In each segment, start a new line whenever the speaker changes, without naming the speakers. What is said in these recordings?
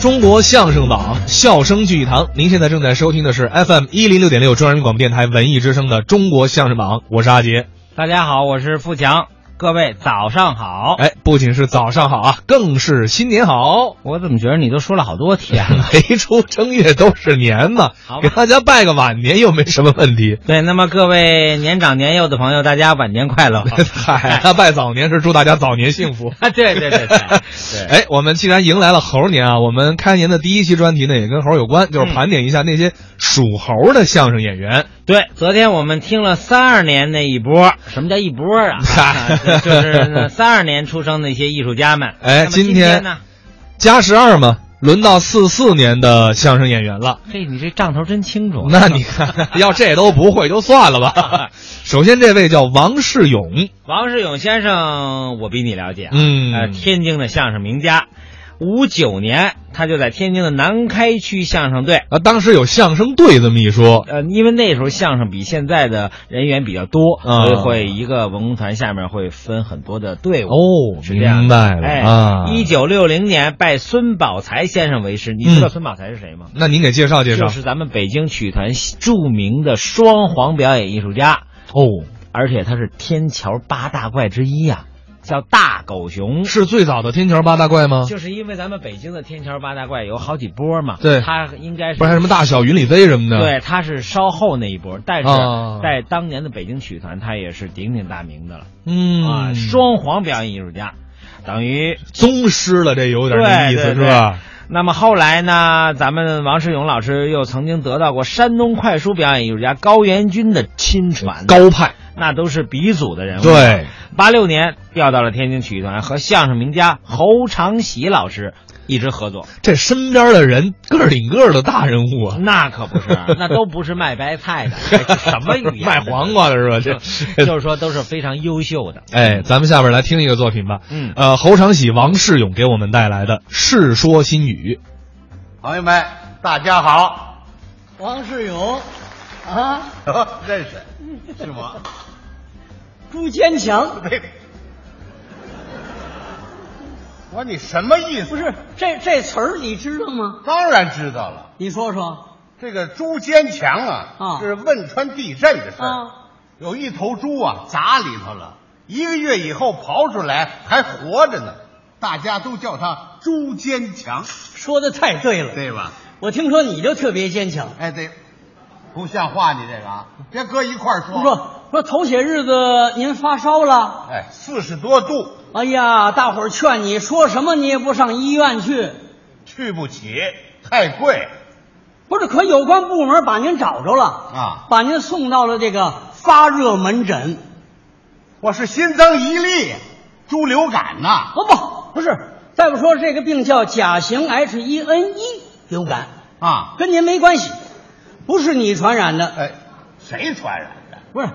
中国相声榜，笑声聚一堂。您现在正在收听的是 FM 一零六点六中央人民广播电台文艺之声的《中国相声榜》，我是阿杰。
大家好，我是富强，各位早上好。
哎，不仅是早上好啊，更是新年好。
我怎么觉得你都说了好多天了？
没出正月都是年嘛
好，吧
给大家拜个晚年又没什么问 题。
对，那么各位年长年幼的朋友，大家晚年 快乐。
嗨，那拜早年是祝大家早年幸福。
啊，对 对对对对，
哎，我们既然迎来了猴年啊，我们开年的第一期专题呢也跟猴有关，就是
嗯
盘点一下那些属猴的相声演员。
对，昨天我们听了三二年那一波，什么叫一波 啊？
嗨
啊 就是三二年出生的一些艺术家们。
哎
那么今
今天
呢？
加十二嘛，轮到四四年的相声演员了。
嘿，你这账头真清楚。啊
那你看， 要这都不会就算了 吧。首先，这位叫王世勇，
王世勇先生，我比你了解啊。
嗯
呃，天津的相声名家。五九年，他就在天津的南开区相声队
啊，当时有相声队这么一说，
呃，因为那时候相声比现在的人员比较多，
啊
所以会一个文工团下面会分很多的队伍。
哦，
是这样的
明白了
哎
啊，。
一九六零年拜孙宝才先生为师，你知道
嗯
孙宝才是谁吗？
那您给介绍介绍
就是咱们北京曲艺团著名的双簧表演艺术家，
哦，
而且他是天桥八大怪之一呀、叫大狗熊。
是最早的天桥八大怪吗？
就是因为咱们北京的天桥八大怪有好几波嘛，
对
他应该是
不是还有什么大小云里飞什么的？，
对，他是稍后那一波，但是
啊
在当年的北京曲艺团，他也是鼎鼎大名的了、啊，
嗯，
双簧表演艺术家，等于。
宗师了，这有点那
对
意思
对
是
对
吧？
那么后来呢？咱们王世勇老师又曾经得到过山东快书表演艺术家高元军的亲传，
高派，
那都是鼻祖的人物。，
对，
八六年调到了天津曲艺团，和相声名家侯长喜老师一直合作。
这身边的人个儿顶个儿的大人物啊。
那可不是，那都不是卖白菜的，这什么语言？
卖黄瓜的是吧？
就
这
就是说都是非常优秀的。
哎，咱们下面来听一个作品吧。
嗯
呃，侯长喜、王世勇给我们带来的《世说新语
朋友们，大家好，
王世勇，啊，
认识，是 我。
朱坚强，
我说你什么意思？
不是这这词儿你知道吗？
当然知道了。
你说说
这个朱坚强啊，
啊
是汶川地震的事儿，
啊，
有一头猪啊砸里头了，一个月以后刨出来还活着呢，大家都叫他朱坚强，
说的太对了。
对吧？
我听说你就特别坚强，
哎，对，不像话，你这个啊，别搁一块儿说。
说说头些日子您发烧了，
哎，四十多度，
哎呀，大伙儿劝你说什么你也不上医院去，
去不起，太贵
不是？可有关部门把您找着了，
啊！
把您送到了这个发热门诊。
我是新增一例猪流感呐、
哦不，不是，大夫说这个病叫甲型 H1N1 流感，
啊！
跟您没关系，不是你传染的。
哎，谁传染的？
不是，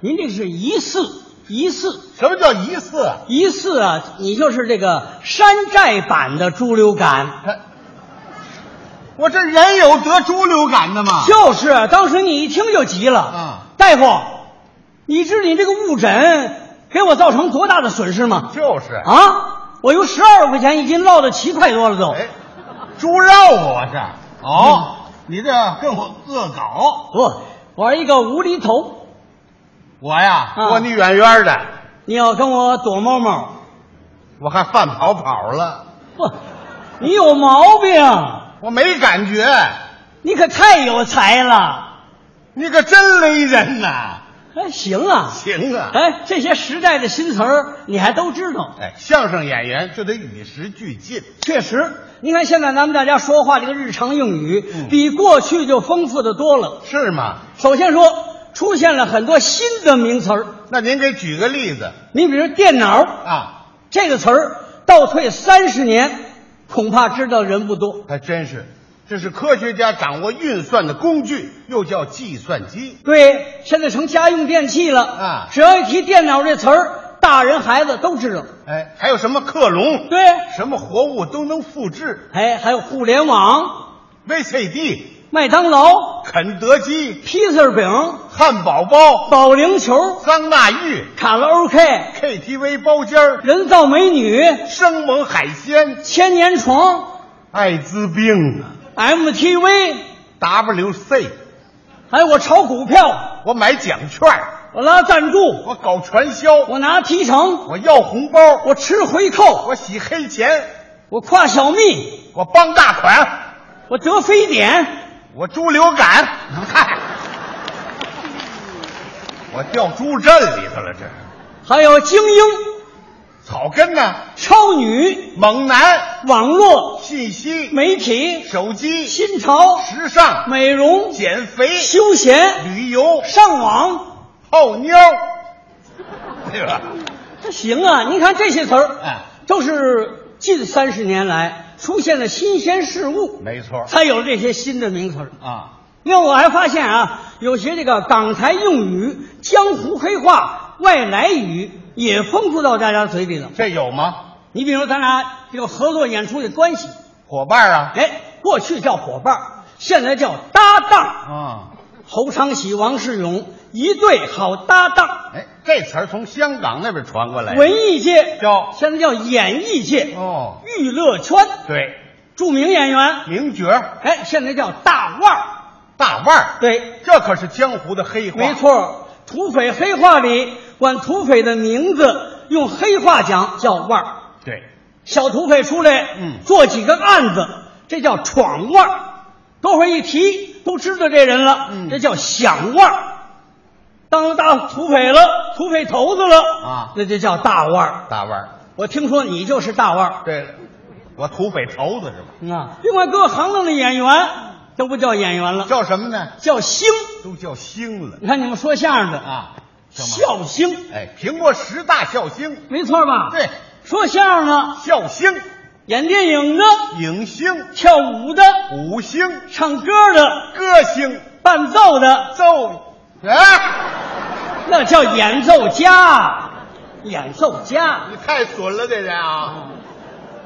您这是疑似，疑似，
什么叫疑似啊？
疑似啊！你就是这个山寨版的猪流感。
他，我这人有得猪流感的吗？
就是啊，当时你一听就急了
啊
大夫，你知道你这个误诊给我造成多大的损失吗？
就是，
啊，我由十二块钱一斤落到七块多了都。
哎，猪肉啊我这。哦，你这跟我恶搞，
不、我是一个无厘头，
我呀，
啊
躲你远远的，
你要跟我躲猫猫，
我还犯跑跑了，
不，你有毛病，
我没感觉，
你可太有才了。
你可真雷人呐！
哎，行啊，
行啊，
哎，这些时代的新词儿你还都知道？
哎，相声演员就得与时俱进，
确实，你看现在咱们大家说话这个日常用语，
嗯
比过去就丰富的多了。
是吗？
首先说，出现了很多新的名词儿，
那您给举个例子
你比如电脑
啊？
这个词儿，倒退三十年，恐怕知道人不多。
还真是，这是科学家掌握运算的工具，又叫计算机。
对，现在成家用电器了
啊
只要一提电脑这词儿，大人孩子都知道。
哎，还有什么克隆？
对，
什么活物都能复制。
哎，还有互联网、
VCD、
麦当劳、
肯德基、
披萨饼、
汉堡包、
保龄球、
桑拿浴、
卡拉 OK、
KTV 包间儿、
人造美女、
生猛海鲜
千年床、
艾滋病啊
MTV，
，WC，
还有我炒股票，
我买奖券，
我拉赞助，
我搞传销，
我拿提成，
我要红包，
我吃回扣，
我洗黑钱，
我跨小蜜，
我帮大款，
我得非典，
我猪流感，嗨，我掉猪阵里头了，这
还有精英、
草根呢，
超女、
猛男，
网络、
信息，
媒体、
手机，
新潮、
时尚，
美容、
减肥，
休闲、
旅游，
上网，
泡妞，对吧？
这行啊！您看这些词儿，
哎
都是近三十年来出现的新鲜事物，
没错
才有了这些新的名词儿。
啊，
另外，我还发现啊，有些这个港台用语、江湖黑话、外来语也丰富到大家嘴里了。
这有吗？
你比如咱俩这个合作演出的关系，
伙伴啊，
哎，过去叫伙伴儿，现在叫搭档。
啊，
侯昌喜、王世勇一对好搭档，
哎，这词儿从香港那边传过来的，
文艺界
哎叫
现在叫演艺界，
哦，
娱乐圈
对，
著名演员，
名角儿
哎，现在叫大腕儿。
大腕儿，
对，
这可是江湖的黑话，
没，错，土匪黑话里管土匪的名字用黑话讲叫腕儿。
对，
小土匪出来，
嗯
做几个案子，这叫闯腕儿。多会儿一提都知道这人了，
嗯
这叫响腕儿。当大土匪了，土匪头子了
啊
那就叫大腕儿。
大腕儿，
我听说你就是大腕儿
对了，我土匪头子是吧？
嗯啊。另外，各行当的演员都不叫演员了，
叫什么呢？
叫星。
都叫星了
你看你们说相声的，
啊，叫吗
笑星，
哎，苹果十大笑星，
没错吧？
对，
说相声的，
笑星，
演电影的，
影星，
跳舞的，
五星，
唱歌的，
歌星，
伴奏的，
奏，哎，
那叫演奏家，演奏家。
你太损了，这人啊！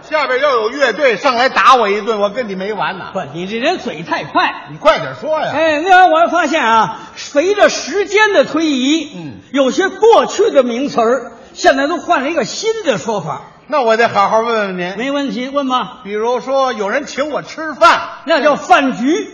下边要有乐队上来打我一顿，我跟你没完呐！
不，你这人嘴太快。
你快点说呀！
哎，另外我还发现啊，随着时间的推移，
嗯，
有些过去的名词儿现在都换了一个新的说法。
那我得好好问问您。
没问题，问吧。
比如说，有人请我吃饭，
那叫饭局。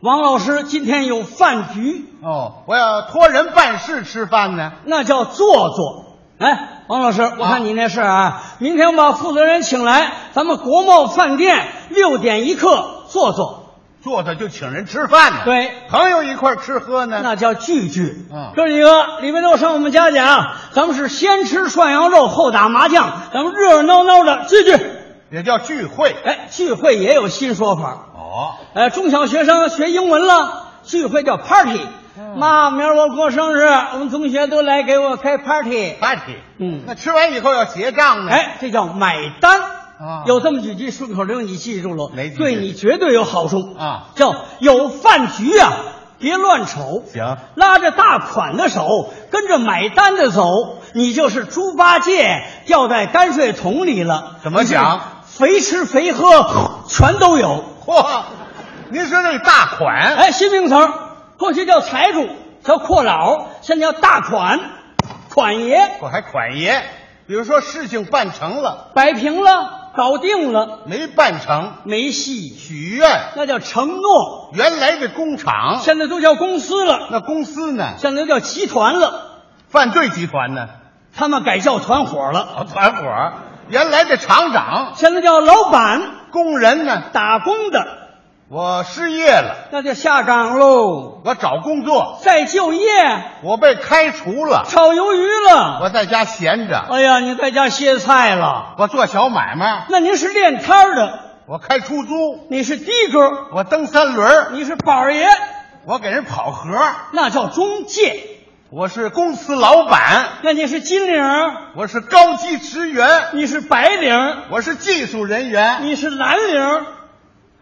王老师今天有饭局，
哦，我要托人办事吃饭呢。
那叫做作。哎，王老师，我
啊
看你那事儿啊，明天我把负责人请来，咱们国贸饭店六点一刻做做，
坐着就请人吃饭呢。
对
朋友一块儿吃喝呢。
那叫聚聚。
嗯
哥几个，礼拜六上我们家去啊，咱们是先吃涮羊肉，后打麻将，咱们热热闹闹的聚聚。
也叫聚会。
哎，聚会也有新说法。
哦，
呃，中小学生学英文了，聚会叫 party。妈，明儿我过生日，我们同学都来给我开 party。
party。
嗯
那吃完以后要结账呢。，
哎，这叫买单。
啊
有这么几句顺口溜，你记住了
哪几，句
对你绝对有好处
啊
叫有饭局啊，别乱瞅，
行，
拉着大款的手，跟着买单的走，你就是猪八戒掉在泔水桶里了。
怎么讲？
肥吃肥喝全都有。
嚯，您说这大款，
哎，新名词儿，过去叫财主，叫阔佬，现在叫大款，款爷，
我还款爷。比如说事情办成了，
摆平了，搞定了，
没办成，
没戏，
许愿，
那叫承诺。
原来的工厂，
哦现在都叫公司了，
那公司呢？
现在都叫集团了，
犯罪集团呢？
他们改叫团伙了，
哦，团伙。原来的厂长，
现在叫老板，
工人呢？
打工的
我失业了，
那就下岗喽，
我找工作，
再就业，
我被开除了，
炒鱿鱼了，
我在家闲着，
哎呀，你在家歇菜了，
我做小买卖，
那您是练摊儿的，
我开出租，
你是的哥，
我蹬三轮，
你是板儿爷，
我给人跑河，
那叫中介。
我是公司老板，
那你是金领儿，
我是高级职员，
你是白领儿，
我是技术人员，
你是蓝领儿，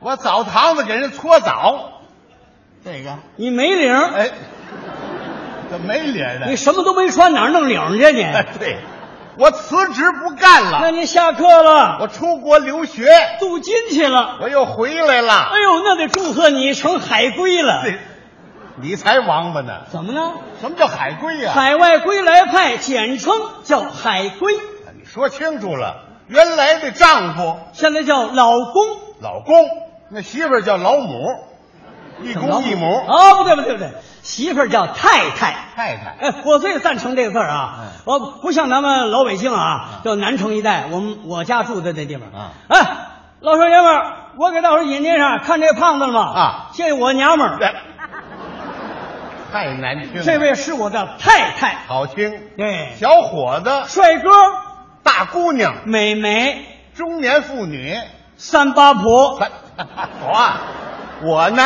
我澡堂子给人搓澡，这个，
你没领儿，
哎，这没脸
你什么都没穿，哪儿弄领儿去你？
哎，对，我辞职不干
那
了，
你下课了，
我出国留学，
镀金去了。
我又回来了。
哎呦，那得祝贺你成海归了。
这你才王八呢！
怎么呢？
什么叫海归呀、
海外归来派，简称叫海归，
你说清楚了，原来的丈夫，
现在叫老公。
老公，那媳妇儿叫老母，一公一母，啊
哦，不对不对不对，媳妇儿叫太太。
太太。
哎，我最赞成这个字儿啊！
嗯
我不像咱们老北京啊，叫南城一带，我们我家住的那地方
啊。
哎，老少爷们儿，我给大伙儿引介上，看这胖子了吗？
啊
这我娘们儿，
太难听了。
这位是我的太太。
好听，
哎，
小伙子，
帅哥，
大姑娘，
美眉，
中年妇女，
三八婆，
咱我我呢，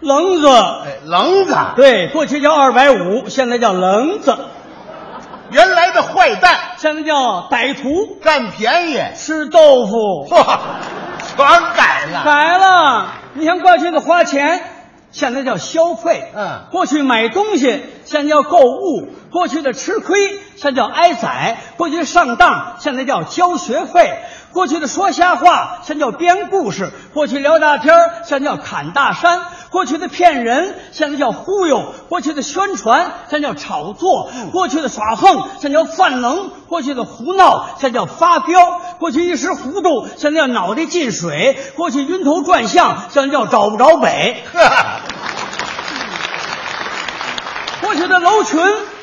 棱子。
哎棱子，
对，过去叫二百五，现在叫棱子，
原来的坏蛋，
现在叫歹徒，
占便宜，
吃豆腐。
哇，全改 了。
改了，你像过去的花钱，现在叫消费；
嗯
过去买东西，现在叫购物；过去的吃亏，现在叫挨宰；过去上当，现在叫交学费；过去的说瞎话，现在叫编故事；过去聊大天儿，现在叫砍大山；过去的骗人，现在叫忽悠；过去的宣传，现在叫炒作；过去的耍横，现在叫犯能；过去的胡闹，现在叫发飙；过去一时糊涂，现在叫脑袋进水；过去晕头转向，现在叫找不着北；
呵
过去的楼群。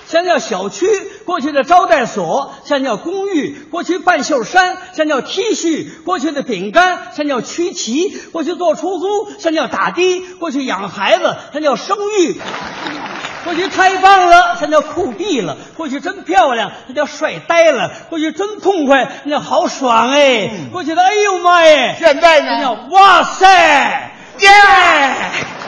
现在叫小区，过去的招待所，现在叫公寓；过去半袖衫，现在叫 T 恤；过去的饼干，现在叫曲奇；过去做出租，现在叫打的；过去养孩子，现在叫生育。过去开放了，现在叫酷毙了；过去真漂亮，那叫帅呆了；过去真痛快，那叫豪爽哎；过去的哎呦妈耶，
现在
那叫
呢？
哇塞耶！